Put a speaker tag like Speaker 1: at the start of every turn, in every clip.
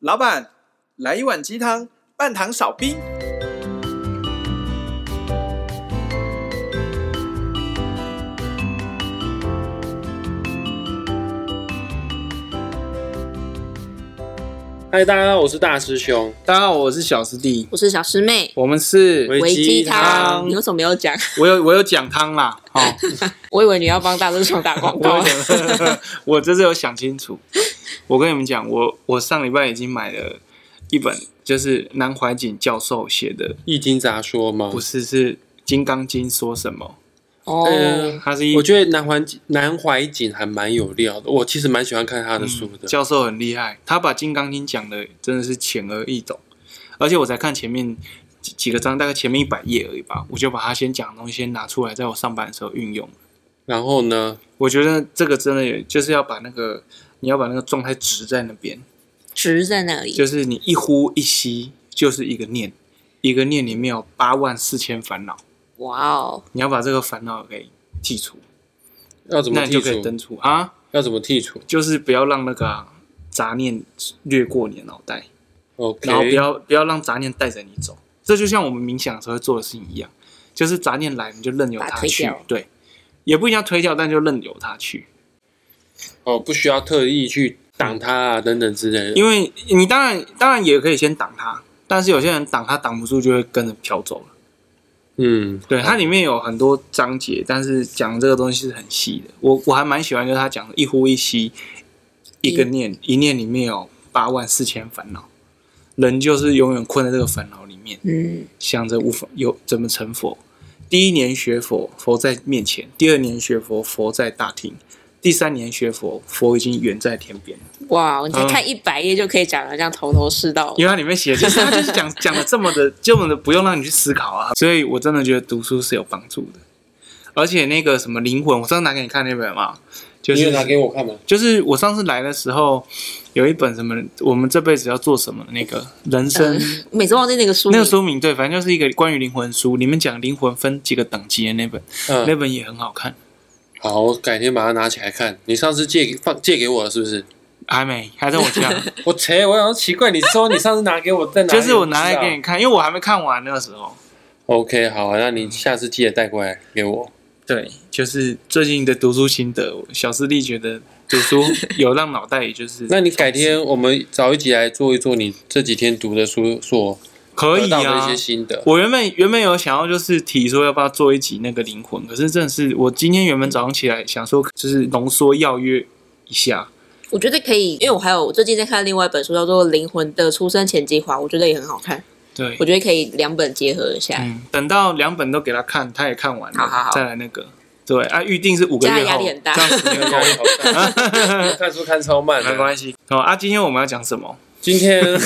Speaker 1: 老板，来一碗鸡汤，半糖少冰。
Speaker 2: 嗨，大家好，我是大师兄。
Speaker 3: 大家好，我是小师弟，
Speaker 4: 我是小师妹。
Speaker 3: 我们是
Speaker 2: 喂
Speaker 4: 维
Speaker 2: 鸡
Speaker 4: 鸡
Speaker 3: 汤
Speaker 4: 汤，你为什么没有讲？
Speaker 3: 我有我有讲汤 啦，好、
Speaker 4: 我以为你要帮大师兄打 广
Speaker 3: 我有
Speaker 4: 告。
Speaker 3: 讲，我这次有想清楚。我跟你们讲，我我上礼拜已经买了一本，就是南怀瑾教授写的，
Speaker 2: 易经杂说吗？
Speaker 3: 不是是《金刚经》说什么？
Speaker 4: 哦，
Speaker 2: 嗯
Speaker 3: 他是一
Speaker 2: 我觉得南怀南怀瑾还蛮有料的，我其实蛮喜欢看他的书的。
Speaker 3: 嗯教授很厉害，他把《金刚经》讲的真的是浅而易懂，而且我才看前面几几个章，大概前面一百页而已吧，我就把他先讲的东西先拿出来，在我上班的时候运用。
Speaker 2: 然后呢，
Speaker 3: 我觉得这个真的也就是要把那个你要把那个状态植在那边，
Speaker 4: 值在那里。
Speaker 3: 就是你一呼一吸就是一个念，一个念里面有八万四千烦恼，
Speaker 4: 哇哦，
Speaker 3: 你要把这个烦恼给剔除，
Speaker 2: 要怎么
Speaker 3: 那你就
Speaker 2: 剔
Speaker 3: 可以
Speaker 2: 除？
Speaker 3: 登出啊，
Speaker 2: 要怎么剔除
Speaker 3: 就是不要让那个啊、杂念掠过你的脑袋，
Speaker 2: ？OK，
Speaker 3: 然后不要不要让杂念带着你走，这就像我们冥想的时候做的事情一样，就是杂念来你就任由
Speaker 4: 把它
Speaker 3: 它
Speaker 4: 推
Speaker 3: 去
Speaker 4: 掉，
Speaker 3: 对，也不一定要推掉，但就任由它去。
Speaker 2: 哦，不需要特意去挡他啊等等之类的。
Speaker 3: 因为你当然当然也可以先挡它，但是有些人挡它挡不住就会跟着飘走了。
Speaker 2: 嗯，
Speaker 3: 对，它里面有很多章节，但是讲这个东西是很细的。我我还蛮喜欢，就是他讲的一呼一吸，一个念，一念里面有八万四千烦恼，人就是永远困在这个烦恼里面，
Speaker 4: 嗯，
Speaker 3: 想着无法有怎么成佛。第一年学佛，佛在面前；第二年学佛，佛在大厅；第三年学佛，佛已经远在天边。
Speaker 4: 哇，哦你才看一百页就可以讲的这样头头是道。
Speaker 3: 嗯因为它里面写，就是它就是讲 讲的这么的，这么的不用让你去思考啊。所以我真的觉得读书是有帮助的，而且那个什么灵魂，我上次拿给你看那本嘛，就
Speaker 2: 你有
Speaker 3: 是
Speaker 2: 拿给我看吗？
Speaker 3: 就是我上次来的时候有一本什么我们这辈子要做什么的那个人
Speaker 4: 呃
Speaker 3: 生、
Speaker 4: 嗯每次忘记那个书名，
Speaker 3: 那个书名，对，反正就是一个关于灵魂书，里面讲灵魂分几个等级的那本，那
Speaker 2: 嗯，
Speaker 3: 本也很好看，
Speaker 2: 好，我改天把它拿起来看。你上次借给放借给我了是不是？
Speaker 3: 还没还在我 家，
Speaker 2: 我切，我想说奇怪，你说你上次拿给我在哪 里？
Speaker 3: 就是我拿来给
Speaker 2: 你。
Speaker 3: 你看，因为我还没看完那个时候。
Speaker 2: OK，好啊，那你下次记得带过来给我。
Speaker 3: 对，就是最近的读书心得，小师弟觉得读 书有让脑袋，也就是
Speaker 2: 那你改天我们找一集来做一做你这几天读的书所
Speaker 3: 可
Speaker 2: 得
Speaker 3: 以
Speaker 2: 到的一
Speaker 3: 啊
Speaker 2: 些。心得。
Speaker 3: 我原本原本有想要就是提说要不要做一集那个灵魂，可是真的是我今天原本早上起来想说就是浓缩要约一下，
Speaker 4: 我觉得可以，因为我还有我最近在看另外一本书，叫做《灵魂的出生前计划》，我觉得也很好看，
Speaker 3: 对
Speaker 4: 我，觉得可以两本结合一下。
Speaker 3: 嗯，等到两本都给他看，他也看完了，
Speaker 4: 好好好
Speaker 3: 再来那个。对啊，预定是五个
Speaker 4: 这样
Speaker 3: 月
Speaker 4: 压
Speaker 3: 后，
Speaker 4: 力很大
Speaker 3: 这样时间够
Speaker 2: 压力好大看书看超慢的，
Speaker 3: 没 关系。哦啊，今天我们要讲什么？
Speaker 2: 今天，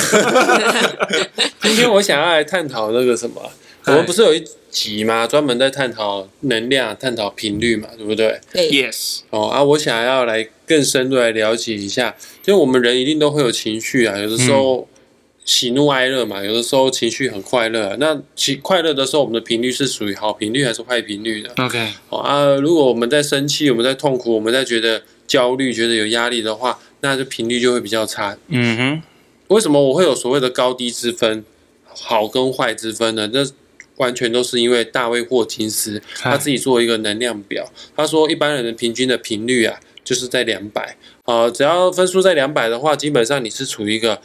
Speaker 2: 今天我想要来探讨那个什么，我们不是有一集吗？专门在探讨能量、探讨频率嘛，对不对？
Speaker 4: 对，
Speaker 3: ？Yes，
Speaker 2: 哦啊，我想要来更深入来了解一下，就是我们人一定都会有情绪啊，有的时候喜怒哀乐嘛，有的时候情绪很快乐啊、那其快乐的时候，我们的频率是属于好频率还是坏频率的？
Speaker 3: OK，
Speaker 2: 哦啊，如果我们在生气，我们在痛苦，我们在觉得焦虑、觉得有压力的话，那就频率就会比较差。
Speaker 3: 嗯哼，
Speaker 2: 为什么我会有所谓的高低之分，好跟坏之分呢？这完全都是因为大卫霍金斯他自己做一个能量表，他说一般人的平均的频率啊，就是在两百啊，只要分数在两百的话，基本上你是处于一个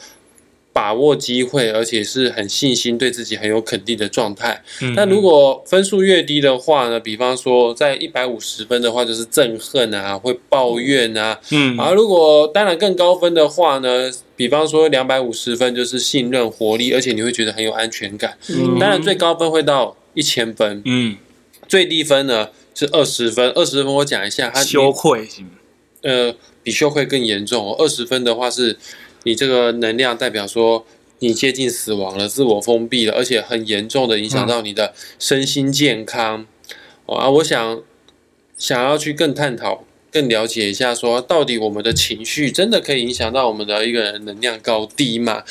Speaker 2: 把握机会，而且是很信心、对自己很有肯定的状态。
Speaker 3: 嗯
Speaker 2: 那如果分数越低的话呢？比方说在一百五十分的话，就是憎恨啊，会抱怨啊。
Speaker 3: 嗯
Speaker 2: 啊，如果当然更高分的话呢，比方说两百五十分就是信任、活力，而且你会觉得很有安全感。
Speaker 3: 嗯
Speaker 2: 当然最高分会到一千分，
Speaker 3: 嗯，
Speaker 2: 最低分呢是二十分。二十分我讲一下，它
Speaker 3: 羞愧行吗？
Speaker 2: 呃比羞愧更严重、哦。二十分的话是你这个能量代表说。你接近死亡了，自我封闭了，而且很严重的影
Speaker 3: 嗯
Speaker 2: 响到你的身心健康。哦啊，我想想要去更探讨、更了解一下说到底我们的情绪真的可以影响到我们的一个人能量高低吗？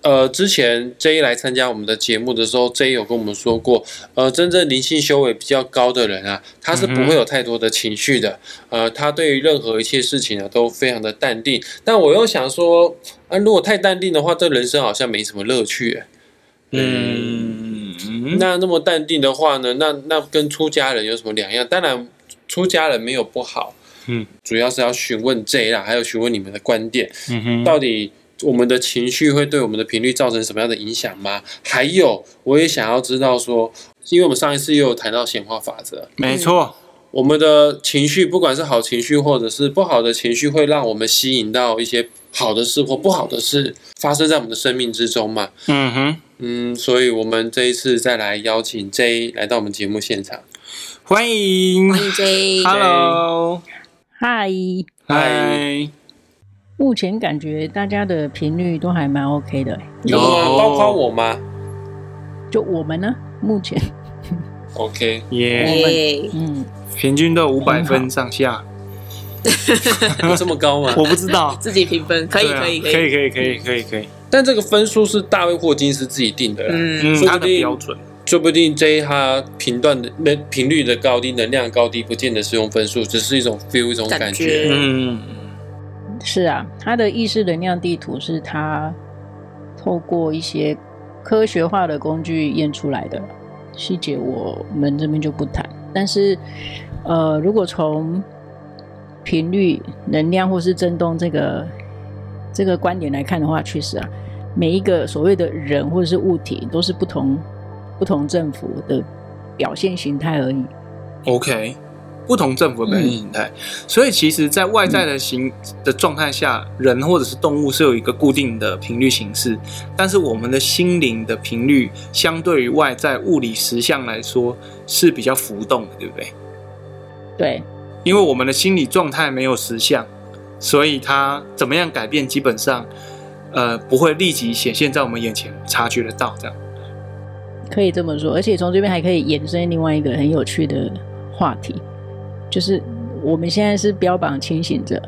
Speaker 2: 呃，之前 J 来参加我们的节目的时候，J 有跟我们说过，呃，真正灵性修为比较高的人啊，他是不会有太多的情绪的，呃，他对于任何一切事情啊都非常的淡定。但我又想说，啊，如果太淡定的话，对人生好像没什么乐趣、欸
Speaker 3: 嗯，
Speaker 2: 那那么淡定的话呢，那那跟出家人有什么两样？当然，出家人没有不好，
Speaker 3: 嗯，
Speaker 2: 主要是要询问 J 啦，还有询问你们的观点。
Speaker 3: 嗯哼，
Speaker 2: 到底我们的情绪会对我们的频率造成什么样的影响吗？还有，我也想要知道说，因为我们上一次也有谈到显化法则，
Speaker 3: 没错，
Speaker 2: 我们的情绪不管是好情绪或者是不好的情绪，会让我们吸引到一些好的事或不好的事发生在我们的生命之中嘛。
Speaker 3: 嗯哼，
Speaker 2: 嗯，所以我们这一次再来邀请 J 来到我们节目现场。
Speaker 3: 欢迎
Speaker 4: 欢迎 J，
Speaker 3: ，Hello，
Speaker 5: 嗨，
Speaker 3: 嗨，
Speaker 5: 目前感觉大家的频率都还蛮 OK 的欸。
Speaker 2: 有
Speaker 3: 啊
Speaker 2: 吗？包括我吗
Speaker 5: 就我们呢，目前，
Speaker 2: ？OK，
Speaker 3: 耶，
Speaker 4: 耶，
Speaker 5: 嗯，
Speaker 3: 平均都五百分上下，
Speaker 2: 有这么高吗？
Speaker 3: 我不知道，
Speaker 4: 自己评分可以
Speaker 3: 对啊
Speaker 4: 可以
Speaker 3: 可
Speaker 4: 可以，
Speaker 3: 以，可以，可以，可以，可以，
Speaker 2: 但这个分数是大卫霍金斯自己定的啦。
Speaker 4: 嗯，
Speaker 3: 嗯，
Speaker 2: 说不定
Speaker 3: 它的标准，
Speaker 2: 说不定 J 它频段的能频率的高低、能量高低，不见得是用分数，只是一种 feel 一种感
Speaker 4: 感
Speaker 2: 觉。
Speaker 4: 觉
Speaker 3: 嗯，
Speaker 5: 是啊，他的意识能量地图是他透过一些科学化的工具验出来的，细节我们这边就不谈。但是，呃，如果从频率、能量或是振动这个这个观点来看的话，确实啊，每一个所谓的人或者是物体都是不同不同振幅的表现形态而已。
Speaker 3: OK，不同政府的表现形态，所以其实，在外在的形的状态下，人或者是动物是有一个固定的频率形式，但是我们的心灵的频率，相对于外在物理实相来说是比较浮动的，对不对？
Speaker 5: 对，
Speaker 3: 因为我们的心理状态没有实相，所以它怎么样改变，基本上，呃，不会立即显现在我们眼前察觉得到这样。
Speaker 5: 可以这么说，而且从这边还可以延伸另外一个很有趣的话题，就是我们现在是标榜清醒者，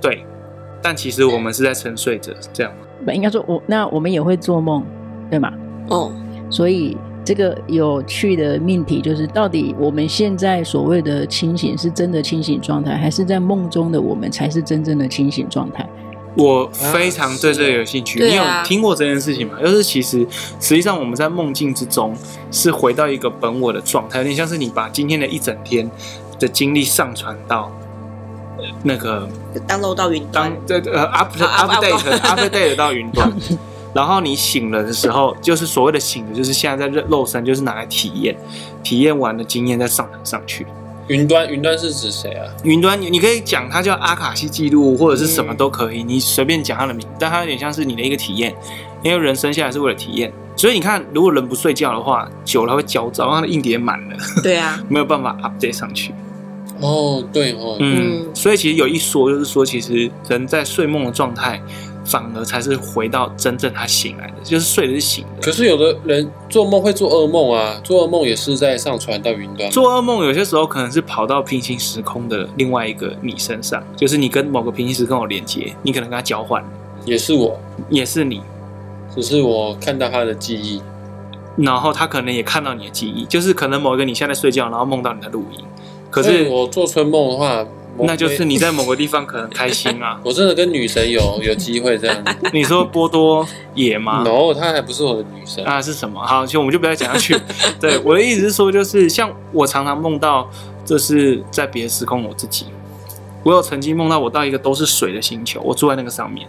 Speaker 3: 对，但其实我们是在沉睡着，这样吗。
Speaker 5: 不应该说我那我们也会做梦，对吗？
Speaker 4: 哦，
Speaker 5: 所以这个有趣的命题就是，到底我们现在所谓的清醒是真的清醒状态，还是在梦中的我们才是真正的清醒状态？
Speaker 3: 我非常对这个有兴趣。
Speaker 4: 啊是
Speaker 3: 你有
Speaker 4: 对啊
Speaker 3: 听过这件事情吗？就是其实实际上我们在梦境之中是回到一个本我的状态，有点像是你把今天的一整天的经历上传到。呃那个
Speaker 4: 就 download 到云
Speaker 3: 当
Speaker 4: 端，
Speaker 3: 这呃 up
Speaker 4: 啊 up-
Speaker 3: update update 到云 端，然后你醒了的时候，就是所谓的醒了，就是现在在肉身，就是拿来体验，体验完的经验再上传上去。
Speaker 2: 云端云端是指谁啊？
Speaker 3: 云端，你你可以讲它叫阿卡西记录，或者是什么都可以，你随便讲它的名字，但它有点像是你的一个体验，因为人生下来是为了体验。所以你看，如果人不睡觉的话，久了会焦躁，它的硬碟满了，
Speaker 4: 对啊，
Speaker 3: 没有办法 update 上去。
Speaker 2: 哦，对哦，
Speaker 3: 嗯，
Speaker 4: 嗯
Speaker 3: 所以其实有一说就是说，其实人在睡梦的状态，反而才是回到真正他醒来的，就是睡的是醒的。
Speaker 2: 可是有的人做梦会做噩梦啊，做噩梦也是在上传到云端。
Speaker 3: 做噩梦有些时候可能是跑到平行时空的另外一个你身上，就是你跟某个平行时空有连接，你可能跟他交换，
Speaker 2: 也是我，
Speaker 3: 也是你，
Speaker 2: 只是我看到他的记忆。
Speaker 3: 然后他可能也看到你的记忆，就是可能某一个你现在睡觉，然后梦到你在录音，可
Speaker 2: 所以
Speaker 3: 是
Speaker 2: 我做春梦的话，我。
Speaker 3: 那就是你在某个地方可能开心啊
Speaker 2: 我真的跟女神有 有机会这样子。
Speaker 3: 你说波多野吗？
Speaker 2: 然后她还不是我的女神。
Speaker 3: 啊是什么？好，就我们就不要讲下去。 对，我的意思是说，就是像我常常梦到，就是在别的时空我自己，我有曾经梦到我到一个都是水的星球，我住在那个上面，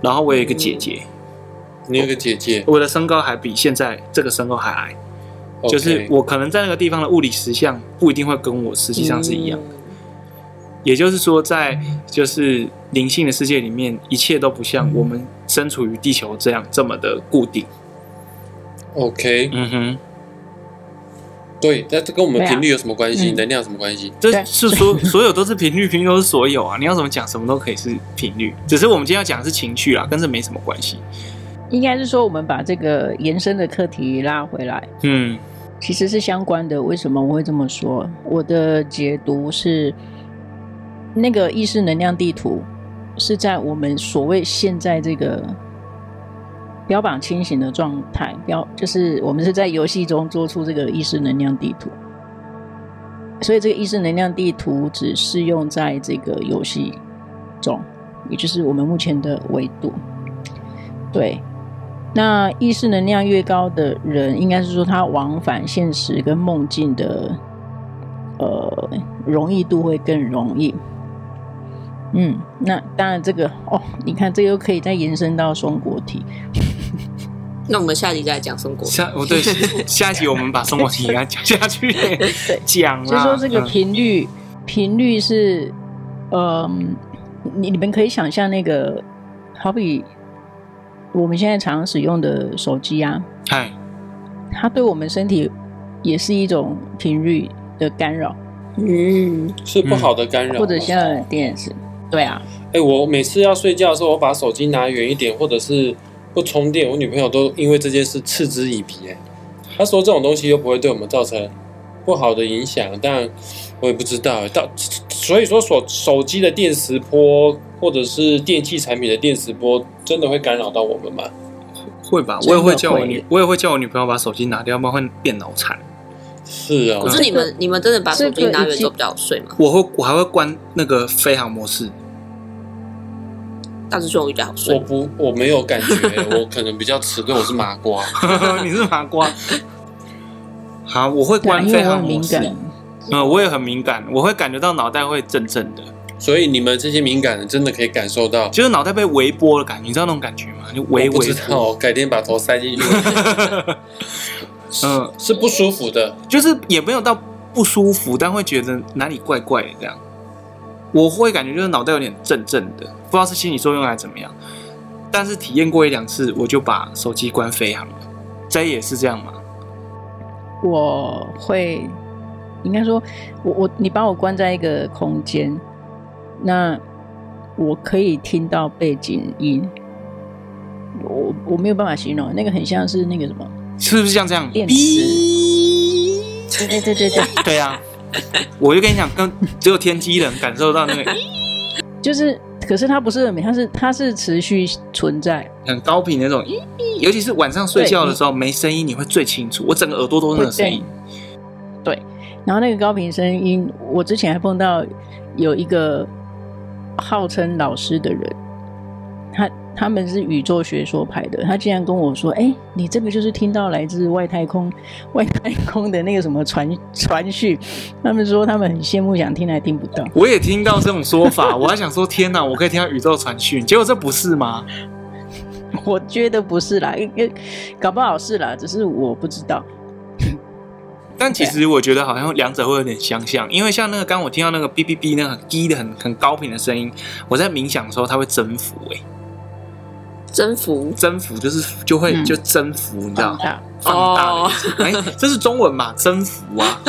Speaker 3: 然后我有一个姐姐，嗯
Speaker 2: 你有个姐姐，
Speaker 3: 我的身高还比现在这个身高还矮，就是我可能在那个地方的物理实像不一定会跟我实际上是一样。
Speaker 4: 嗯
Speaker 3: 也就是说，在就是灵性的世界里面，一切都不像我们身处于地球这样这么的固定。
Speaker 2: OK，
Speaker 3: 嗯哼，
Speaker 2: 对，但这跟我们
Speaker 5: 对啊
Speaker 2: 频率有什么关系？
Speaker 5: 嗯
Speaker 2: 能量有什么关系？
Speaker 3: 这
Speaker 5: 对
Speaker 3: 是所 所有都是频率，频率都是所有啊！你要怎么讲，什么都可以是频率。只是我们今天要讲的是情绪啊，跟这没什么关系。
Speaker 5: 应该是说，我们把这个延伸的课题拉回来，
Speaker 3: 嗯
Speaker 5: 其实是相关的。为什么我会这么说？我的解读是，那个意识能量地图是在我们所谓现在这个标榜清醒的状态，标就是我们是在游戏中做出这个意识能量地图，所以这个意识能量地图只适用在这个游戏中，也就是我们目前的维度。对，那意识能量越高的人，应该是说他往返现实跟梦境的呃容易度会更容易。嗯，那当然这个哦，你看这又可以再延伸到松果体。
Speaker 4: 那我们下集再讲松果。
Speaker 3: 下哦对，下一集我们把生活题给它讲下去， 讲啊。
Speaker 5: 所以说这个
Speaker 3: 嗯
Speaker 5: 频率，频率是，嗯，你你们可以想象那个，好比我们现在常使用的手机啊，
Speaker 3: 哎，
Speaker 5: 它对我们身体也是一种频率的干扰，
Speaker 4: 嗯，
Speaker 2: 是不好的干扰。
Speaker 5: 或者像电视，对啊，
Speaker 2: 哎、我每次要睡觉的时候，我把手机拿远一点，或者是不充电，我女朋友都因为这件事嗤之以鼻、哎，她说这种东西又不会对我们造成不好的影响，但我也不知道、哎到所以说手手机的电磁波或者是电器产品的电磁波，真的会干扰到我们吗？
Speaker 3: 会吧？
Speaker 5: 真
Speaker 3: 我
Speaker 5: 的
Speaker 3: 也会叫我
Speaker 5: 会
Speaker 3: 女，我也会叫我女朋友把手机拿掉，不然会变脑残。
Speaker 2: 是啊、
Speaker 4: 可哦是你们你们真的把手机
Speaker 5: 这个
Speaker 4: 拿远
Speaker 5: 已经
Speaker 4: 都比较好睡吗？
Speaker 3: 我会，我还会关那个飞行模式。
Speaker 4: 大致兄比较好
Speaker 2: 我
Speaker 4: 睡。
Speaker 2: 不我没有感觉、 我可能比较迟钝，我是麻瓜。
Speaker 3: 你是麻瓜。好，我会
Speaker 5: 对啊
Speaker 3: 关
Speaker 5: 因
Speaker 3: 飞
Speaker 5: 为我
Speaker 3: 行
Speaker 5: 很
Speaker 3: 模
Speaker 5: 敏
Speaker 3: 式。
Speaker 5: 感，
Speaker 3: 嗯，我也很敏感，我会感觉到脑袋会震震的，
Speaker 2: 所以你们这些敏感人真的可以感受到。
Speaker 3: 就是脑袋被微波的感觉，你知道那种感觉吗？就微
Speaker 2: 我不
Speaker 3: 微
Speaker 2: 知
Speaker 3: 波，
Speaker 2: 道，改天把头塞进去，
Speaker 3: 嗯，
Speaker 2: 是不舒服的。
Speaker 3: 就是也没有到不舒服，但会觉得哪里怪怪的这样。我会感觉就是脑袋有点震震的，不知道是心理作用还是怎么样。但是体验过一两次，我就把手机关飞行了。J 也是这样嘛？
Speaker 5: 我会应该说，我我你把我关在一个空间，那我可以听到背景音，我我没有办法形容，那个很像是那个什么
Speaker 3: 是不是像这样？
Speaker 5: 电池，对对对对对，
Speaker 3: 对啊，我就跟你讲，跟只有天机人感受到那个
Speaker 5: 就是，可是它不是很美，它是它是持续存在，
Speaker 3: 很高频的那种，尤其是晚上睡觉的时候没声音，你会最清楚。我整个耳朵都是那个声音。
Speaker 5: 对，然后那个高频声音，我之前还碰到有一个号称老师的人，他他们是宇宙学说派的，他竟然跟我说：“哎、你这个就是听到来自外太空 外太空的那个什么传传讯。”他们说他们很羡慕，想听还听不到。
Speaker 3: 我也听到这种说法， 我还想说，天哪，我可以听到宇宙传讯，结果这不是吗？
Speaker 5: 我觉得不是啦，因为搞不好是啦，只是我不知道。
Speaker 3: 但其实我觉得好像两者会有点相像，因为像那个刚我听到那个哔哔哔那个很低的很很高频的声音，我在冥想的时候它会征服、欸，
Speaker 4: 征服
Speaker 3: 征服就是就会
Speaker 5: 嗯哦
Speaker 3: 就征服，你知道
Speaker 5: 放。大
Speaker 3: 放大的意思，哎、这是中文嘛？征服啊，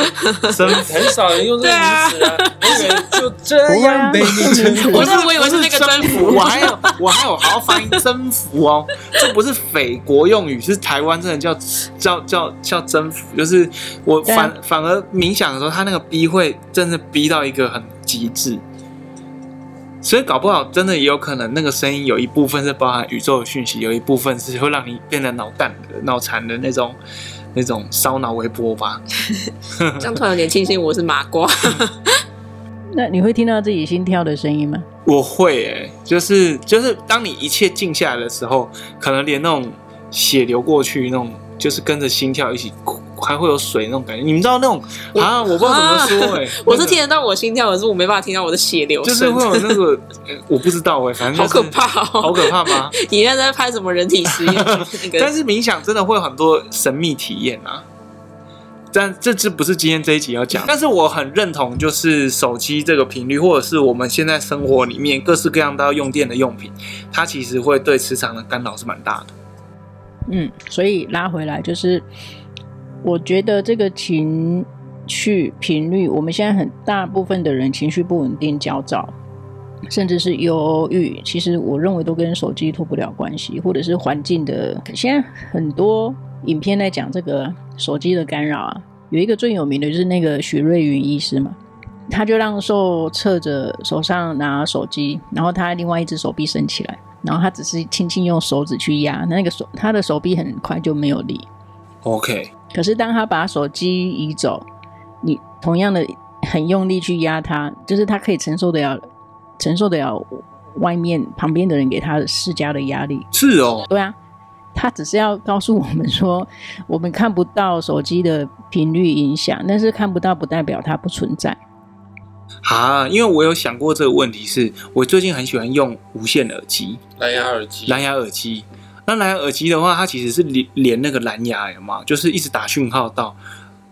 Speaker 3: 征服。
Speaker 2: 很少人用这个名词 啊，我以为就这
Speaker 5: 不会啊
Speaker 2: 样被你征服。
Speaker 4: 我是我以为是那个征服
Speaker 3: 我还有我还有好好翻译征服哦，这不是匪国用语，是台湾真的叫叫叫叫征服，就是我
Speaker 5: 对啊
Speaker 3: 反、反而冥想的时候，他那个逼会真的逼到一个很极致，所以搞不好真的也有可能那个声音有一部分是包含宇宙的讯息，有一部分是会让你变得脑淡的、脑残的那种那种烧脑微波吧。
Speaker 4: 这样突然有点庆幸我是麻瓜，
Speaker 5: 那你会听到自己心跳的声音吗？
Speaker 3: 我会诶、就是就是当你一切静下来的时候，可能连那种血流过去那种，就是跟着心跳一起，还会有水那种感觉。你们知道那种
Speaker 4: 我
Speaker 3: 啊，我不知道怎么说诶、
Speaker 4: 我是听
Speaker 3: 天，
Speaker 4: 得到我心跳，可是我没办法听到我的血流
Speaker 3: 就
Speaker 4: 声，
Speaker 3: 是会有那个，呃我不知道诶、反正、
Speaker 4: 好
Speaker 3: 就是、
Speaker 4: 可，怕
Speaker 3: 好
Speaker 4: 哦！
Speaker 3: 可怕吗？
Speaker 4: 你现在在拍什么人体实验？那
Speaker 3: 但
Speaker 4: 个
Speaker 3: 是冥想真的会有很多神秘体验啊。但这这不是今天这一集要讲，但是我很认同，就是手机这个频率，或者是我们现在生活里面各式各样都要用电的用品，它其实会对磁场的干扰是蛮大的。
Speaker 5: 嗯，所以拉回来就是，我觉得这个情绪频率，我们现在很大部分的人情绪不稳定、焦躁，甚至是忧郁，其实我认为都跟手机脱不了关系，或者是环境的。现在很多影片在讲这个手机的干扰啊，有一个最有名的就是那个许瑞云医师嘛。他就让受测者手上拿手机，然后他另外一只手臂伸起来，然后他只是轻轻用手指去压，那个手他的手臂很快就没有力，
Speaker 3: OK，
Speaker 5: 可是当他把手机移走，你同样的很用力去压它，就是他可以承受得了，承受得了外面旁边的人给他施加的压力。
Speaker 3: 是哦，
Speaker 5: 对啊，他只是要告诉我们说，我们看不到手机的频率影响，但是看不到不代表它不存在。
Speaker 3: 啊，因为我有想过这个问题是，我最近很喜欢用无线耳机，
Speaker 2: 蓝牙耳机，
Speaker 3: 蓝牙耳机。那蓝牙耳机的话，它其实是连连那个蓝牙有嘛，就是一直打讯号到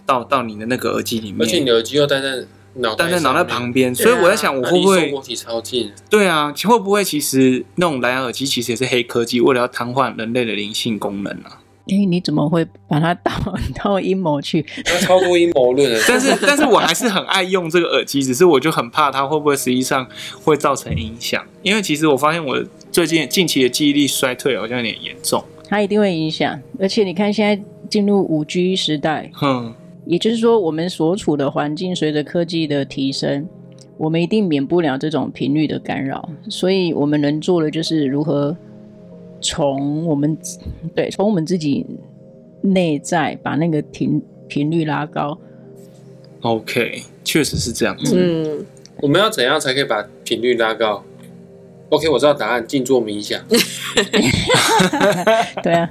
Speaker 3: 到到你的那个耳机里
Speaker 2: 而且你
Speaker 3: 面，
Speaker 2: 的耳机又戴在脑袋
Speaker 3: 但
Speaker 2: 上面，
Speaker 3: 在脑袋旁边，
Speaker 4: 对啊
Speaker 3: 所以我在想，我
Speaker 2: 那
Speaker 3: 会
Speaker 2: 离
Speaker 3: 不
Speaker 2: 松
Speaker 3: 会
Speaker 2: 果体超近，
Speaker 3: 对啊？会不会其实那种蓝牙耳机其实也是黑科技，为了要瘫痪人类的灵性功能啊？
Speaker 5: 哎、你怎么会把它到到阴谋去？
Speaker 2: 它超过阴谋论了。
Speaker 3: 但是，但是我还是很爱用这个耳机，只是我就很怕它会不会实际上会造成影响，因为其实我发现我最近近期的记忆力衰退好像有点严重。
Speaker 5: 它一定会影响。而且你看，现在进入五 G 时代，
Speaker 3: 哼，
Speaker 5: 也就是说，我们所处的环境随着科技的提升，我们一定免不了这种频率的干扰。所以，我们能做的就是如何从我们自对从我们自己内在把那个频频率拉高。
Speaker 3: OK，确实是这样子。
Speaker 4: 嗯，
Speaker 2: 我们要怎样才可以把频率拉高？OK，我知道答案，静坐冥 想。
Speaker 5: 对啊，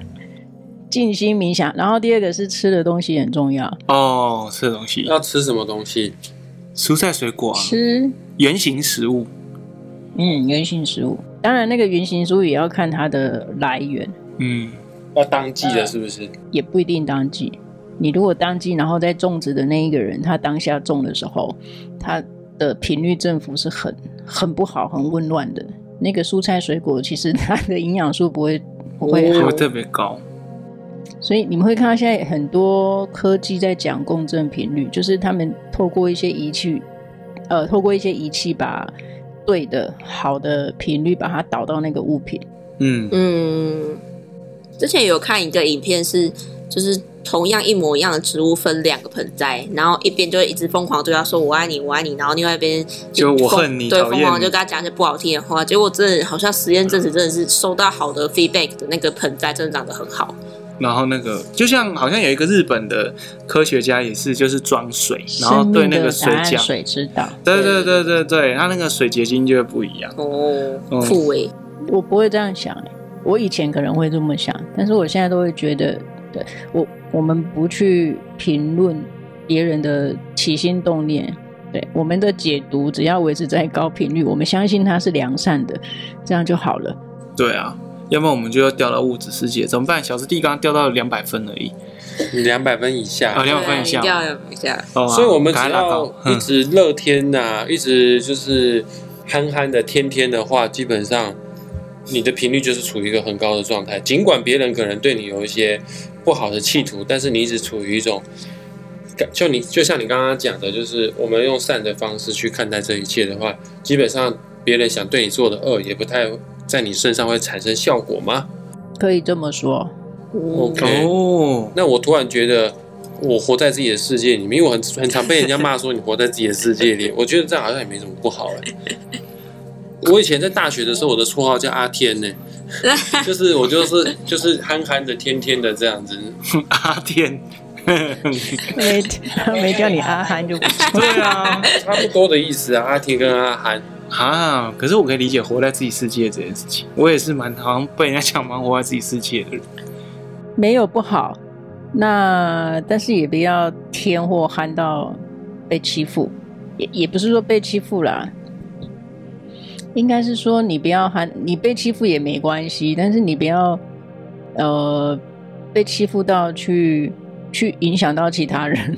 Speaker 5: 静心冥想。然后第二个是吃的东西很重要，
Speaker 3: 哦，吃的东西，
Speaker 2: 要吃什么东西？
Speaker 3: 蔬菜水果啊，
Speaker 5: 吃
Speaker 3: 原型食物。
Speaker 5: 嗯原型食物。当然，那个原型食物也要看它的来源。
Speaker 3: 嗯，
Speaker 2: 要当季的，是不是？
Speaker 5: 也不一定当季。你如果当季，然后在种植的那一个人，他当下种的时候，他的频率振幅是很很不好、很混乱的。那个蔬菜水果其实它的营养素不会不会
Speaker 3: 不
Speaker 5: 好
Speaker 3: 会，特别高。
Speaker 5: 所以你们会看到现在很多科技在讲共振频率，就是他们透过一些仪器，呃，透过一些仪器把对的好的频率把它导到那个物品。
Speaker 3: 嗯，
Speaker 4: 嗯，之前有看一个影片是，就是同样一模一样的植物分两个盆栽，然后一边就会一直疯狂对他说“我爱你，我爱你”，然后另外一边
Speaker 3: 就
Speaker 4: 疯
Speaker 3: 我恨你
Speaker 4: 对，
Speaker 3: 讨厌
Speaker 4: 疯狂
Speaker 3: 你
Speaker 4: 就跟他讲一些不好听的话。结果真的好像实验证实，真的是收到好的 feedback 的那个盆栽真的长得很好。
Speaker 3: 然后那个就像好像有一个日本的科学家也是，就是装水，然后对那个
Speaker 5: 生
Speaker 3: 水
Speaker 5: 命的答案
Speaker 3: 浆，
Speaker 5: 水知道。
Speaker 3: 对对对对对，它那个水结晶就会不一样。
Speaker 4: 哦
Speaker 3: 嗯，
Speaker 4: 复位，
Speaker 5: 我不会这样想、欸，我以前可能会这么想，但是我现在都会觉得，对我我们不去评论别人的起心动念，对我们的解读只要维持在高频率，我们相信它是良善的，这样就好了。
Speaker 3: 对啊，要不然我们就要掉到物质世界，怎么办？小师弟刚刚掉到两百分而已，
Speaker 2: 你两百分以
Speaker 3: 啊，
Speaker 2: 下，
Speaker 3: 两百分以
Speaker 4: 对一定
Speaker 3: 下，
Speaker 4: 要有一下。
Speaker 3: 哦
Speaker 2: 所以我们只
Speaker 3: 赶快拉
Speaker 2: 要
Speaker 3: 高
Speaker 2: 一
Speaker 3: 嗯
Speaker 2: 直乐天呐、一直就是憨憨的、天天的话，基本上你的频率就是处于一个很高的状态。尽管别人可能对你有一些不好的企图，但是你一直处于一种。感就你就像你刚刚讲的，就是我们用善的方式去看待这一切的话，基本上别人想对你做的恶，也不太在你身上会产生效果吗？
Speaker 5: 可以这么说，
Speaker 4: 嗯
Speaker 2: OK
Speaker 3: 哦，
Speaker 2: 那我突然觉得我活在自己的世界里面，因为我很很常被人家骂说你活在自己的世界里，我觉得这样好像也没什么不好哎、我以前在大学的时候，我的绰号叫阿天呢、就是我就是就是憨憨的、天天的这样子。
Speaker 3: 阿天，
Speaker 5: 没没叫你阿憨就不错。
Speaker 3: 对啊，
Speaker 2: 差不多的意思啊，阿天跟阿憨，
Speaker 3: 啊，可是我可以理解活在自己世界这件事情，我也是蛮好像被人家讲蛮活在自己世界的人，
Speaker 5: 没有不好，那但是也不要天或憨到被欺负，也也不是说被欺负啦，应该是说你不要憨，你被欺负也没关系，但是你不要呃被欺负到去去影响到其他人，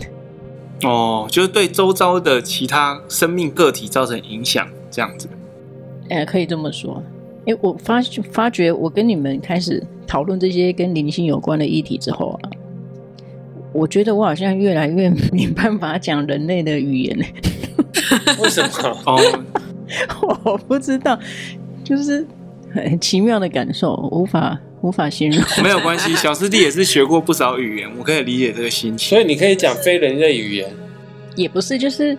Speaker 3: 哦，就是对周遭的其他生命个体造成影响，这样子。
Speaker 5: 呃，可以这么说。哎，我发发觉我跟你们开始讨论这些跟灵性有关的议题之后啊，我觉得我好像越来越 没办法讲人类的语言了。
Speaker 2: 为什么？
Speaker 3: 哦，
Speaker 5: 我不知道，就是很奇妙的感受，无法无法形容。
Speaker 3: 没有关系，小师弟也是学过不少语言，我可以理解这个心情。
Speaker 2: 所以你可以讲非人类语言，
Speaker 5: 也不是，就是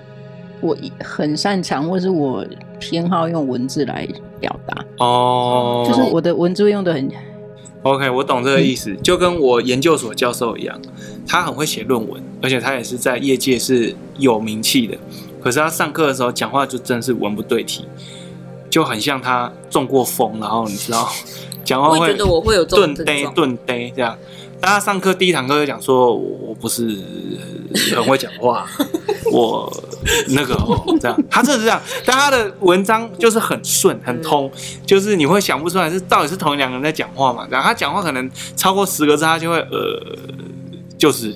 Speaker 5: 我很擅长，或是我偏好用文字来表达，
Speaker 3: 哦，
Speaker 5: 就是我的文字用的很
Speaker 3: OK，我懂这个意思，就跟我研究所教授一样，他很会写论文，而且他也是在业界是有名气的。可是他上课的时候讲话就真是文不对题，就很像他中过风，然后你知道，讲话
Speaker 4: 我也
Speaker 3: 会
Speaker 4: 觉得我会有这
Speaker 3: 顿
Speaker 4: 种症
Speaker 3: 呆
Speaker 4: 状，
Speaker 3: 顿呆这样。但他上课第一堂课就讲说，我我不是很会讲 话，我那个哦，这样，他真的是这样。但他的文章就是很顺很通，
Speaker 4: 嗯
Speaker 3: 就是你会想不出来是到底是同两个人在讲话嘛。然后他讲话可能超过十个字，他就会呃，就是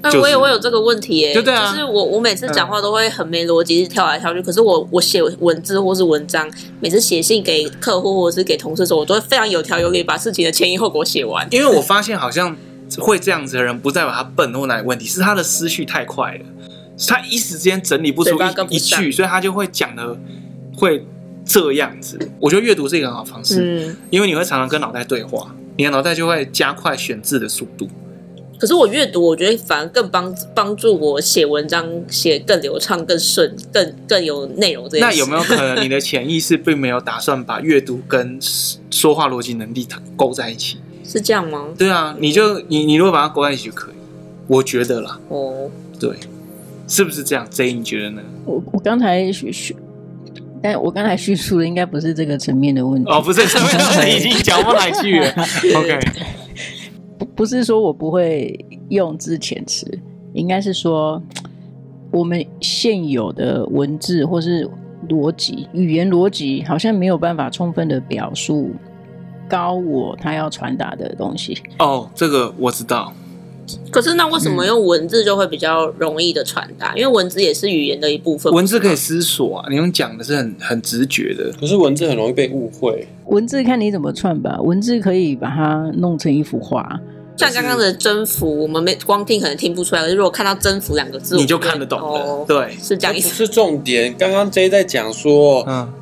Speaker 4: 但
Speaker 3: 就是
Speaker 4: 我也会有这个问题耶、
Speaker 3: 就对啊
Speaker 4: 就是我我每次讲话都会很没逻辑，跳来跳去。可是我我写文字或是文章，每次写信给客户或者是给同事的时候，我都会非常有条有理，把事情的前因后果写完。
Speaker 3: 因为我发现好像会这样子的人，不代表他笨或哪里问题，是他的思绪太快了，是他一时间整理不出
Speaker 4: 嘴巴跟
Speaker 3: 一
Speaker 4: 不
Speaker 3: 一
Speaker 4: 上
Speaker 3: 句，所以他就会讲的会这样子。我觉得阅读是一个很好的方式，
Speaker 4: 嗯，
Speaker 3: 因为你会常常跟脑袋对话，你的脑袋就会加快选字的速度。
Speaker 4: 可是我阅读，我觉得反而更帮帮助我写文章写更流畅、更顺、更更有内容这件事。
Speaker 3: 那有没有可能你的潜意识并没有打算把阅读跟说话逻辑能力勾在一起？
Speaker 4: 是这样吗？
Speaker 3: 对啊，你就你你如果把它勾在一起就可以，我觉得啦，
Speaker 4: 哦，
Speaker 3: 对，是不是这样？J 你觉得呢？
Speaker 5: 我我刚才叙叙，但我刚才叙述的应该不是这个层面的问题，
Speaker 3: 哦，不 是，这边都是已经讲不来去了。OK，
Speaker 5: 不不是说我不会用之前词，应该是说我们现有的文字或是逻辑、语言逻辑，好像没有办法充分的表述高我他要传达的东西。
Speaker 3: 哦，这个我知道，
Speaker 4: 可是那为什
Speaker 3: 嗯
Speaker 4: 么用文字就会比较容易的传达？因为文字也是语言的一部分。
Speaker 3: 文字可以思索啊，你用讲的是很很直觉的。
Speaker 2: 可是文字很容易被误会，
Speaker 5: 文字看你怎么串吧，文字可以把它弄成一幅画。
Speaker 4: 像刚刚的征服，我们没光听可能听不出来，可是如果看到“征服”两个字，
Speaker 3: 你就
Speaker 4: 我觉
Speaker 3: 看得懂了，
Speaker 4: 哦、
Speaker 3: 对，
Speaker 4: 是这
Speaker 2: 这
Speaker 4: 样
Speaker 2: 不
Speaker 4: 意思。
Speaker 2: 是重点。刚刚 J 在讲说，
Speaker 3: 嗯，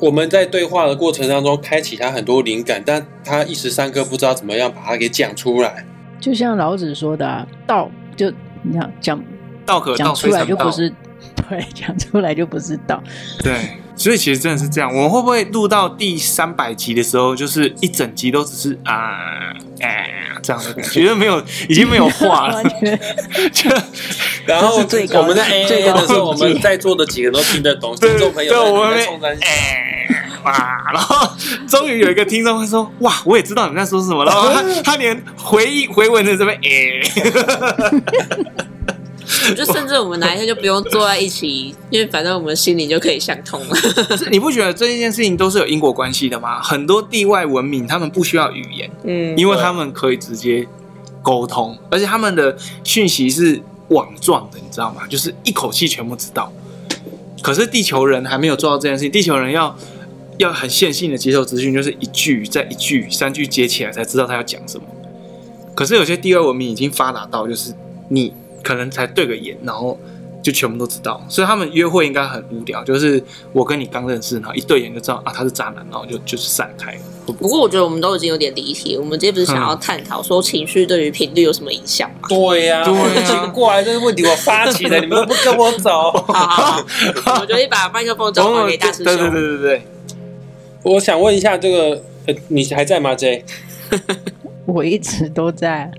Speaker 2: 我们在对话的过程当中开启他很多灵感，但他一时三刻不知道怎么样把它给讲出来。
Speaker 5: 就像老子说的、啊，道就你看讲
Speaker 3: 道可道
Speaker 5: 讲出
Speaker 3: 非
Speaker 5: 来
Speaker 3: 常
Speaker 5: 就不
Speaker 3: 道，
Speaker 5: 是。 对，讲出来就不是道。
Speaker 3: 对。所以其实真的是这样，我们会不会录到第三百集的时候，就是一整集都只是啊啊这样的感 觉，就没有已经没有话了
Speaker 5: 完，全
Speaker 3: 就
Speaker 2: 然后
Speaker 5: 这是最高
Speaker 2: 我们在 A
Speaker 5: 最
Speaker 2: A
Speaker 5: 高
Speaker 2: 的时候，我
Speaker 5: 境界
Speaker 2: 们在座的几个都听得懂，
Speaker 3: 对
Speaker 2: 听众朋友
Speaker 3: 对我们
Speaker 2: 在
Speaker 3: 没
Speaker 2: 冲山笑
Speaker 3: 哎哇！然后终于有一个听众会说：“哇，我也知道你们在说什 么。”然后他他连回应回文的这边哎，
Speaker 4: 我觉得甚至我们哪一天就不用坐在一起，因为反正我们心里就可以相通 了。
Speaker 3: 你不觉得这一件事情都是有因果关系的吗？很多地外文明他们不需要语言，
Speaker 4: 嗯，
Speaker 3: 因为他们可以直接沟通，而且他们的讯息是网状的，你知道吗？就是一口气全部知道。可是地球人还没有做到这件事情，地球人要要很线性的接受资讯，就是一句再一句、三句接起来才知道他要讲什么。可是有些第二文明已经发达到，就是你可能才对个眼，然后就全部都知道。所以他们约会应该很无聊，就是我跟你刚认识，然后一对眼就知道啊他是渣男，然后就就是散开了。会不
Speaker 4: 不
Speaker 3: 会
Speaker 4: 过我觉得我们都已经有点离题，我们今天不是想要探讨说情绪对于频率有什么影响吗？
Speaker 2: 对呀、
Speaker 3: 对啊
Speaker 2: 我已经过来这个问题我发起的，你们都不跟我 走。
Speaker 4: 好好好，我们决定把麦克风交还给大师
Speaker 3: 对哦对
Speaker 4: 兄。
Speaker 3: 对对对。
Speaker 2: 我想问一下，这个呃，你还在吗，J？
Speaker 5: 我一直都在。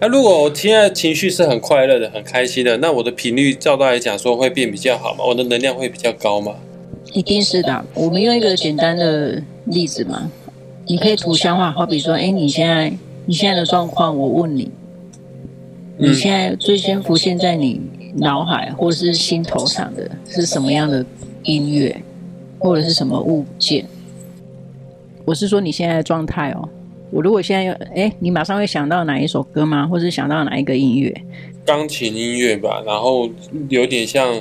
Speaker 2: 那、如果我现在情绪是很快乐的、很开心的，那我的频率照道来讲说会变比较好嘛？我的能量会比较高嘛？
Speaker 5: 一定是的啊。我们用一个简单的例子嘛，你可以图像化，好比说，哎，你现在你现在的状况，我问你，你现在最先浮现在你脑海或是心头上的是什么样的音乐，或者是什么物件？我是说你现在的状态哦。我如果现在有，哎，你马上会想到哪一首歌吗？或是想到哪一个音乐？
Speaker 2: 钢琴音乐吧，然后有点像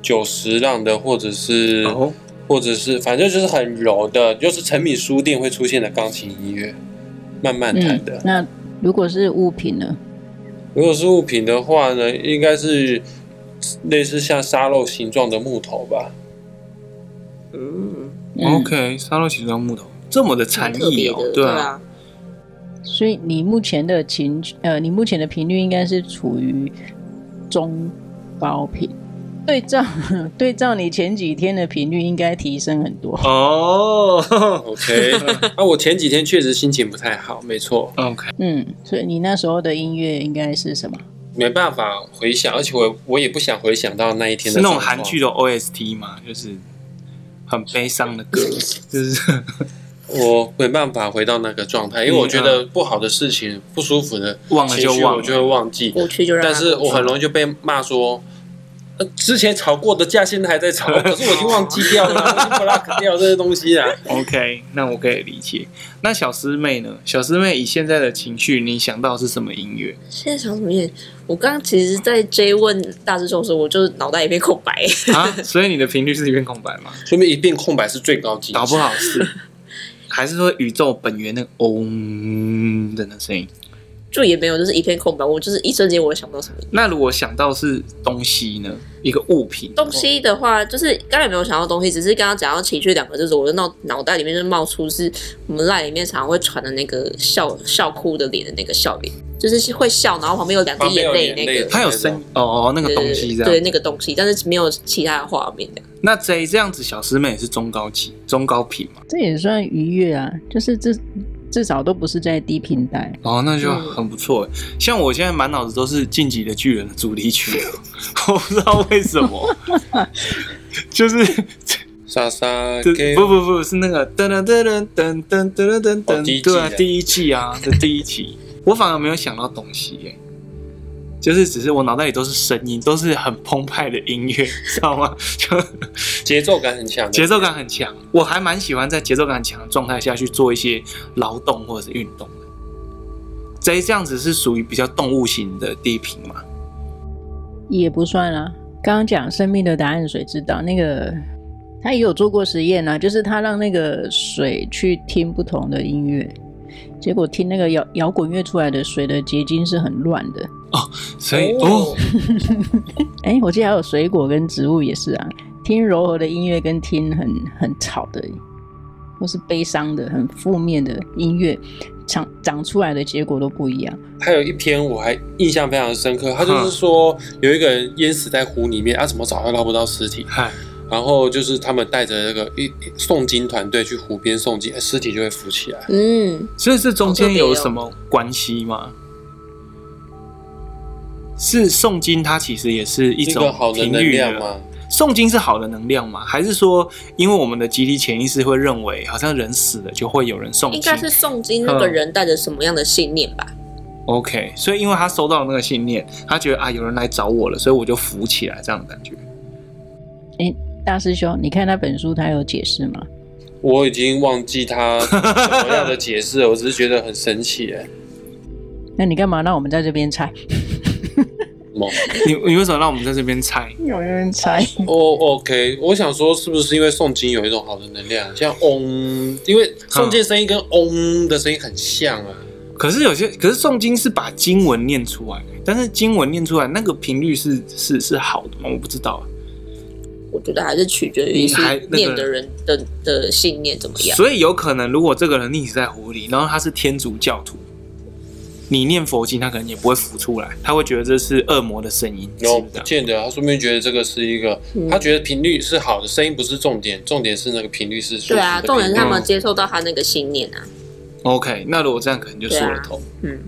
Speaker 2: 九十浪的，或者是、
Speaker 3: 哦
Speaker 2: 或者是反正就是很柔的，就是成品书店会出现的钢琴音乐，慢慢弹
Speaker 5: 嗯
Speaker 2: 的。，
Speaker 5: 那如果是物品呢？
Speaker 2: 如果是物品的话呢，应该是类似像沙漏形状的木头吧。
Speaker 4: 嗯，
Speaker 5: 嗯
Speaker 3: OK，沙漏形状木头这么的禅
Speaker 4: 特
Speaker 3: 意
Speaker 4: 别
Speaker 3: 哦
Speaker 4: 的，，
Speaker 3: 对啊，
Speaker 4: 啊，
Speaker 5: 所以你目前的情绪呃，你目前的频率应该是处于中高频，对照 对照你前几天的频率应该提升很多。
Speaker 3: 哦
Speaker 2: OK，啊，我前几天确实心情不太好，没错，
Speaker 3: ，OK，
Speaker 5: 嗯，所以你那时候的音乐应该是什么？
Speaker 2: 没办法回想，而且我我也不想回想到那一天
Speaker 3: 是
Speaker 2: 的
Speaker 3: 那种
Speaker 2: 状况
Speaker 3: 韩剧的 OST 嘛，就是很悲伤的 歌，就是
Speaker 2: 我没办法回到那个状态，因为我觉
Speaker 3: 嗯
Speaker 2: 得不好的事情、不舒服的
Speaker 3: 忘了
Speaker 2: 情
Speaker 3: 就
Speaker 2: 绪，
Speaker 3: 忘
Speaker 2: 我就会
Speaker 3: 了。
Speaker 2: 忘记。
Speaker 4: 过去就让它
Speaker 2: 但是
Speaker 4: 过去
Speaker 2: 我很容易就被骂说，呃之前吵过的架现在还在吵，可是我已经忘记掉了，我已经 block 掉这些东西啊。
Speaker 3: OK，那我可以理解。那小师妹呢？小师妹以现在的情绪，你想到是什么音乐？
Speaker 4: 现在想什么音乐？我刚刚其实，在追问大师兄的时候，我就脑袋一片空白。
Speaker 3: 啊，所以你的频率是一片空白吗？
Speaker 2: 说明一片空白是最高级，
Speaker 3: 搞不好是， 还是说宇宙本源那个嗡的那声音？
Speaker 4: 就也没有，就是一片空白。我就是一瞬间，我也想不到什么
Speaker 3: 那如果想到是东西呢？一个物品，
Speaker 4: 东
Speaker 2: 哦
Speaker 4: 西的话，就是刚才也没有想到东西，只是刚刚讲到情绪两个字，我的脑脑袋里面就冒出是我们赖里面常常会传的那个笑笑哭的脸的那个笑脸，就是会笑，然后旁边有两滴
Speaker 2: 旁边有
Speaker 4: 泪
Speaker 2: 眼
Speaker 4: 那
Speaker 2: 泪
Speaker 4: 个。
Speaker 3: 它有声哦，那个
Speaker 4: 对
Speaker 3: 东
Speaker 4: 对
Speaker 3: 西
Speaker 4: 对
Speaker 3: 这样。
Speaker 4: 对那个东西，但是没有其他的画面的。
Speaker 3: 那这这样子，小师妹也是中高级、中高频嘛？
Speaker 5: 这也算愉悦啊，就是至至少都不是在低频带。
Speaker 3: 哦，那就
Speaker 4: 嗯
Speaker 3: 很不错耶。欸像我现在满脑子都是《晋级的巨人》的主题曲， 我不知道为什 么，就是
Speaker 2: 莎莎
Speaker 3: 这
Speaker 2: 给
Speaker 3: 不不不是那个噔噔噔噔噔噔噔噔
Speaker 2: 哦第
Speaker 3: 噔，
Speaker 2: 一季
Speaker 3: 对啊，
Speaker 2: 的
Speaker 3: 第一季啊这第一集，我反而没有想到东西耶。就是，只是我脑袋里都是声音，都是很澎湃的音乐， 知道吗？就
Speaker 2: 节奏感很强的，
Speaker 3: 节奏感很强，我还蛮喜欢在节奏感很强的状态下去做一些劳动或者是运动的。这这样子是属于比较动物型的低频嘛？
Speaker 5: 也不算啦、刚刚讲生命的答案，谁知道？那个他也有做过实验啊，就是他让那个水去听不同的音乐，结果听那个摇摇滚乐出来的水的结晶是很乱的。
Speaker 3: 所以哦，
Speaker 5: 哎，我记得还有水果跟植物也是啊，听柔和的音乐跟听很很吵的，或是悲伤的、很负面的音乐，长长出来的结果都不一样。
Speaker 2: 还有一篇我还印象非常深刻，他就是说有一个人淹死在湖里面，啊，怎么找都捞不到尸体，
Speaker 3: 嗨，
Speaker 2: 然后就是他们带着那个一诵经团队去湖边诵经，哎尸体就会浮起来。
Speaker 4: 嗯，
Speaker 3: 所以这中间有什么关系吗？是诵经，它其实也是一
Speaker 2: 一个
Speaker 3: 种
Speaker 2: 好的
Speaker 3: 频
Speaker 2: 能
Speaker 3: 率
Speaker 2: 量
Speaker 3: 的
Speaker 2: 吗？
Speaker 3: 诵经是好的能量吗？还是说，因为我们的集体潜意识会认为，好像人死了就会有人诵经？
Speaker 4: 应该是诵经那
Speaker 3: 嗯
Speaker 4: 个人带着什么样的信念吧？
Speaker 3: OK，所以因为他收到了那个信念，他觉得啊有人来找我了，所以我就扶起来，这样的感觉。
Speaker 5: 哎，大师兄，你看那本书，他有解释吗？
Speaker 2: 我已经忘记 他什么样的解释了，我只是觉得很神奇哎。
Speaker 5: 那你干嘛让我们在这边猜？
Speaker 2: 梦
Speaker 3: 你你为什么让我们在这边猜？
Speaker 5: 有人猜。
Speaker 2: 哦、o k 我想说是不是因为诵经有一种好的能量，像嗡，因为诵经声音跟嗡的声音很像啊。
Speaker 3: 可是有些，可是诵经是把经文念出来，但是经文念出来那个频率是是是好的吗？我不知道啊。
Speaker 4: 我觉得还是取决于
Speaker 3: 你
Speaker 4: 是
Speaker 3: 还那个
Speaker 4: 念的人的的信念怎么样。
Speaker 3: 所以有可能，如果这个人溺死在湖里，然后他是天主教徒，你念佛经，他可能也不会浮出来，他会觉得这是恶魔的声音，
Speaker 2: 然后
Speaker 3: 是不是
Speaker 2: 不
Speaker 3: 这样？
Speaker 2: 见得，他说不定觉得这个是一个，
Speaker 4: 嗯
Speaker 2: 他觉得频率是好的，声音不是重点，重点是那个频率是舒服
Speaker 4: 对
Speaker 2: 的频率。
Speaker 4: 啊，重点是他
Speaker 3: 嗯
Speaker 4: 们接受到他那个信念啊。
Speaker 3: OK，那如果这样，可能就说
Speaker 4: 对
Speaker 3: 得
Speaker 4: 啊
Speaker 3: 通。
Speaker 4: 嗯，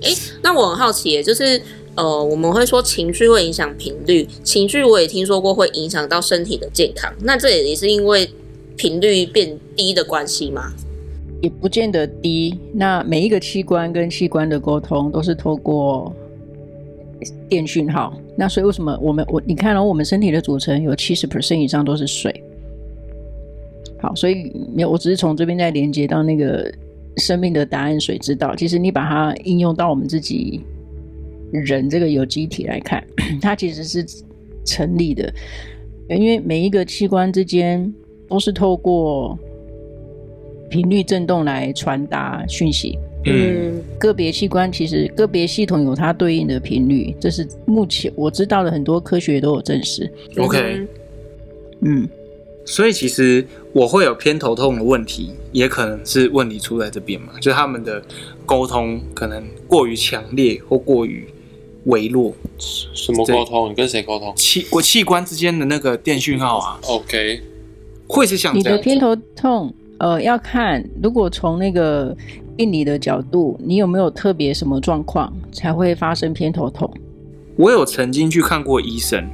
Speaker 4: 诶，那我很好奇耶，就是呃，我们会说情绪会影响频率，情绪我也听说过会影响到身体的健康，那这也是因为频率变低的关系吗？
Speaker 5: 也不见得低。那每一个器官跟器官的沟通都是透过电讯号。那所以为什么我们我你看哦，我们身体的组成有七十 percent 以上都是水。好，所以没有，我只是从这边再连接到那个生命的答案，谁知道？其实你把它应用到我们自己人这个有机体来看， 它其实是成立的，因为每一个器官之间都是透过频率振动来传达讯息。
Speaker 3: 嗯，
Speaker 5: 个别器官其实个别系统有它对应的频率，这是目前我知道的很多科学都有证实。
Speaker 3: OK
Speaker 4: 嗯
Speaker 5: 嗯，
Speaker 3: 所以其实我会有偏头痛的问题，也可能是问题出在这边嘛，就是他们的沟通可能过于强烈或过于微弱，
Speaker 2: 什么沟通？你跟谁沟通
Speaker 3: 器我器官之间的那个电讯号啊，
Speaker 2: ？OK，
Speaker 3: 会是像
Speaker 5: 你
Speaker 3: 这
Speaker 5: 的
Speaker 3: 样。
Speaker 5: 偏头痛，呃，要看如果从那个病理的角度，你有没有特别什么状况才会发生偏头痛？
Speaker 3: 我有曾经去看过医生，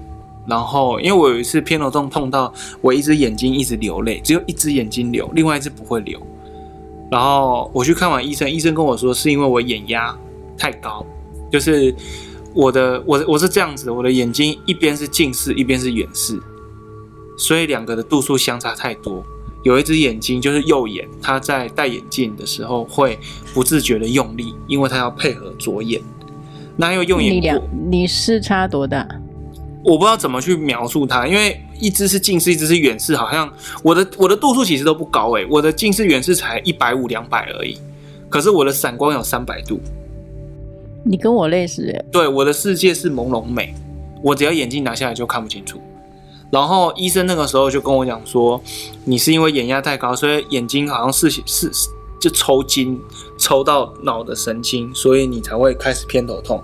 Speaker 3: 然后因为我有一次偏头痛痛到我一只眼睛一直流泪，只有一只眼睛流，另外一只不会流。然后我去看完医生，医生跟我说是因为我眼压太高，就是我的我我是这样子的，我的眼睛一边是近视，一边是远视，所以两个的度数相差太多。有一只眼睛就是右眼，它在戴眼镜的时候会不自觉的用力，因为它要配合左眼。那因为用眼
Speaker 5: 你
Speaker 3: 过
Speaker 5: 两你视差多大？
Speaker 3: 我不知道怎么去描述它，因为一只是近视，一只是远视，好像我的我的度数其实都不高诶、我的近视远视才一百五两百而已，可是我的散光有三百度，
Speaker 5: 你跟我类似、欸，
Speaker 3: 对，我的世界是朦胧美，我只要眼镜拿下来就看不清楚。然后医生那个时候就跟我讲说，你是因为眼压太高，所以眼睛好像是是是就抽筋，抽到脑的神经，所以你才会开始偏头痛。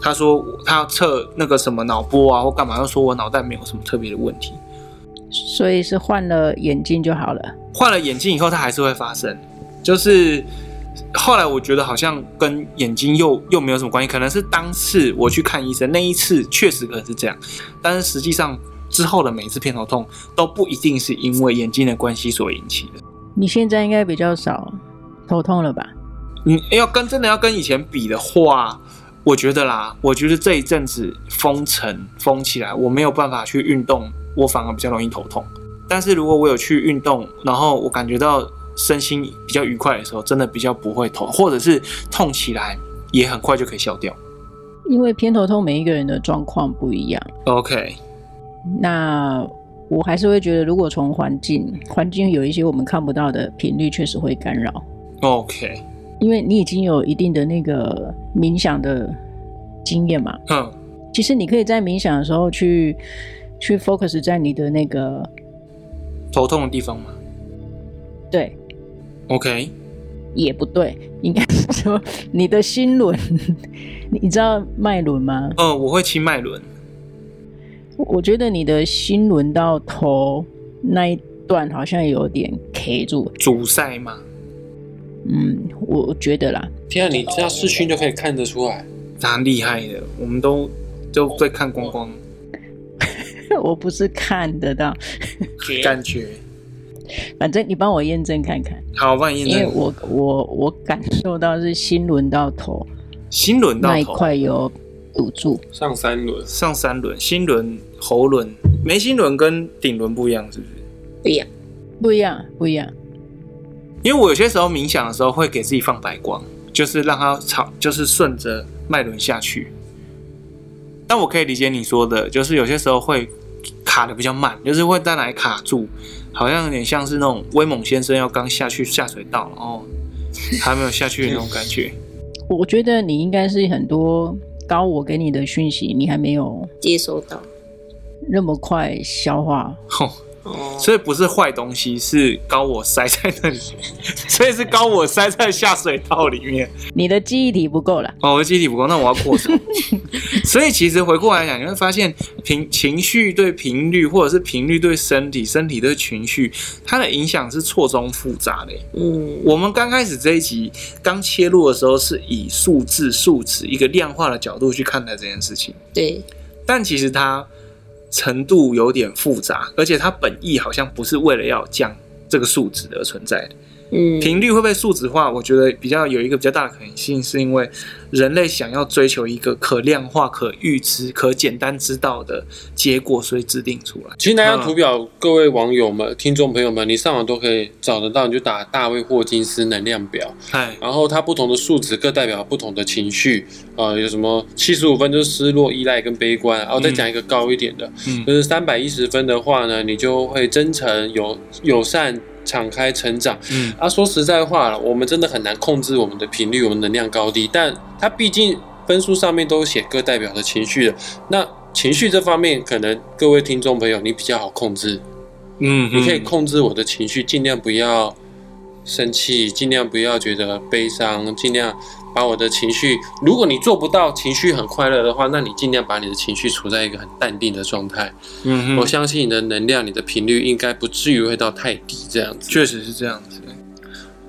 Speaker 3: 他说他要测那个什么脑波啊或干嘛，又说我脑袋没有什么特别的问题。
Speaker 5: 所以是换了眼镜就好了。
Speaker 3: 换了眼镜以后，它还是会发生。就是后来我觉得好像跟眼睛又又没有什么关系，可能是当次我去看医生那一次确实可能是这样，但是实际上之后的每次偏头痛都不一定是因为眼睛的关系所引起的。
Speaker 5: 你现在应该比较少头痛了吧？
Speaker 3: 你哎要跟真的要跟以前比的话，我觉得啦，我觉得这一阵子封城封起来，我没有办法去运动，我反而比较容易头痛。但是如果我有去运动，然后我感觉到身心比较愉快的时候，真的比较不会头，或者是痛起来也很快就可以消掉。
Speaker 5: 因为偏头痛每一个人的状况不一样，
Speaker 3: OK，
Speaker 5: 那我还是会觉得，如果从环境，环境有一些我们看不到的频率，确实会干扰。
Speaker 3: OK，
Speaker 5: 因为你已经有一定的那个冥想的经验嘛，
Speaker 3: 嗯，
Speaker 5: 其实你可以在冥想的时候去去 focus 在你的那个
Speaker 3: 头痛的地方吗
Speaker 5: 对
Speaker 3: ？OK，
Speaker 5: 也不对，应该是说你的心轮， 你你知道脉轮吗？
Speaker 3: 嗯，我会清脉轮。
Speaker 5: 我我觉得你的心轮到头那一段好像有点 K 住，
Speaker 3: 阻塞吗？
Speaker 5: 嗯，我我觉得啦，
Speaker 2: 天啊，你这样视讯就可以看得出来。
Speaker 3: 他厉害的，我们都都被看光
Speaker 5: 哦
Speaker 3: 光，
Speaker 5: 我不是看得到，
Speaker 3: 感觉
Speaker 5: 反正你帮我验证看看，
Speaker 3: 好，我帮你验
Speaker 5: 因为
Speaker 3: 证。
Speaker 5: 我我我感受到是心轮到头
Speaker 3: 心轮到
Speaker 5: 那一
Speaker 3: 头，
Speaker 5: 块有堵住，
Speaker 2: 上三轮，
Speaker 3: 上三轮，心轮、喉轮、眉心轮跟顶轮不一样，是不是？
Speaker 4: 不一样。
Speaker 5: 不一样，不一样。
Speaker 3: 因为我有些时候冥想的时候会给自己放白光，就是让它朝，就是顺着脉轮下去。但我可以理解你说的，就是有些时候会卡的比较慢，就是会在哪里卡住，好像有点像是那种威猛先生要刚下去下水道，然后还没有下去的那种感 觉。
Speaker 5: 我觉得你应该是很多高我给你的讯息，你还没有
Speaker 4: 接收到，
Speaker 5: 那么快消化。
Speaker 3: 吼
Speaker 4: 哦
Speaker 3: 所以不是坏东西，是高我塞在那里，所以是高我塞在下水道里面。
Speaker 5: 你的记忆体不够了，
Speaker 3: 哦，我的记忆体不够，那我要扩充。所以其实回过来讲，你会发现频情绪对频率，或者是频率对身体，身体对情绪，它的影响是错综复杂的耶。
Speaker 4: 嗯，
Speaker 3: 我们刚开始这一集刚切入的时候，是以数字、数值一个量化的角度去看待这件事情，
Speaker 4: 对，
Speaker 3: 但其实它程度有点复杂，而且它本意好像不是为了要降这个数值而存在的。
Speaker 4: 嗯，
Speaker 3: 频率会被数值化，我觉得比较有一个比较大的可能性，是因为人类想要追求一个可量化、可预知、可简单知道的结果，所以制定出来。
Speaker 2: 其实那张图表，各位网友们、听众朋友们，你上网都可以找得到，你就打大卫霍金斯能量表，
Speaker 3: 哎，
Speaker 2: 然后它不同的数值各代表不同的情绪，呃，有什么七十五分就是失落、依赖跟悲观，然后再讲一个高一点的，
Speaker 3: 嗯
Speaker 2: 就是三百一十分的话呢，你就会真诚、友友善、敞开、成长。
Speaker 3: 嗯，
Speaker 2: 啊，说实在话了，我们真的很难控制我们的频率、我们能量高低，但它毕竟分数上面都写各代表的情绪了。那情绪这方面，可能各位听众朋友你比较好控制，
Speaker 3: 嗯
Speaker 2: 你可以控制我的情绪，尽量不要生气，尽量不要觉得悲伤，尽量把我的情绪，如果你做不到情绪很快乐的话，那你尽量把你的情绪处在一个很淡定的状态。
Speaker 3: 嗯哼，
Speaker 2: 我相信你的能量、你的频率应该不至于会到太低这样子。
Speaker 3: 确实是这样子。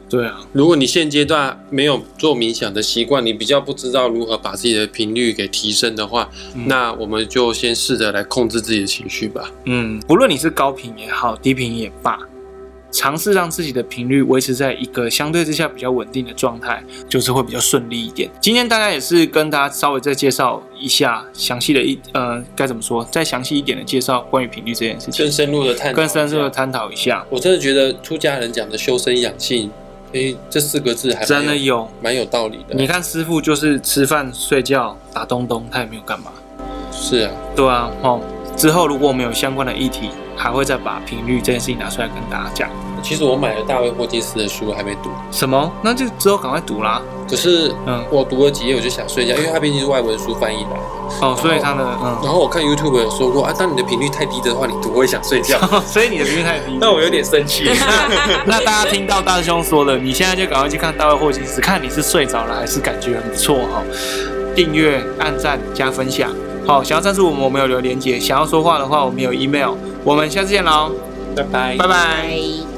Speaker 3: 对啊，
Speaker 2: 如果你现阶段没有做冥想的习惯，你比较不知道如何把自己的频率给提升的话，
Speaker 3: 嗯
Speaker 2: 那我们就先试着来控制自己的情绪吧。
Speaker 3: 嗯，不论你是高频也好，低频也罢，尝试让自己的频率维持在一个相对之下比较稳定的状态，就是会比较顺利一点。今天大家也是跟大家稍微再介绍一下详细的一呃该怎么说，再详细一点的介绍关于频率这件事情
Speaker 2: 更，深入的探讨，
Speaker 3: 跟深入的，探讨一下，
Speaker 2: 我真的觉得出家人讲的修身养性，诶，这四个字还蛮
Speaker 3: 真的有。
Speaker 2: 蛮有道理的。
Speaker 3: 你看师傅就是吃饭、睡觉、打东东，他也没有干嘛。
Speaker 2: 是啊，
Speaker 3: 对啊，哦，之后如果我们有相关的议题，还会再把频率这件事情拿出来跟大家讲。
Speaker 2: 其实我买了大卫霍金斯的书还没读，
Speaker 3: 什么？那就之后赶快读啦。
Speaker 2: 可是
Speaker 3: 嗯，
Speaker 2: 我读了几页我就想睡觉，因为它毕竟是外文书翻译的。
Speaker 3: 哦，所以他的嗯，
Speaker 2: 然后我看 YouTube 有说过啊，当你的频率太低的话，你读会想睡觉。
Speaker 3: 所以你的频率太低。
Speaker 2: 那我有点生气。
Speaker 3: 那大家听到大师兄说的，你现在就赶快去看大卫霍金斯，看你是睡着了还是感觉很不错哈、订阅、按赞、加分享。好、想要赞助我们，我们有留连接；想要说话的话，我们有 email。我们下次见喽，
Speaker 2: 拜拜
Speaker 3: 拜拜。
Speaker 4: 拜。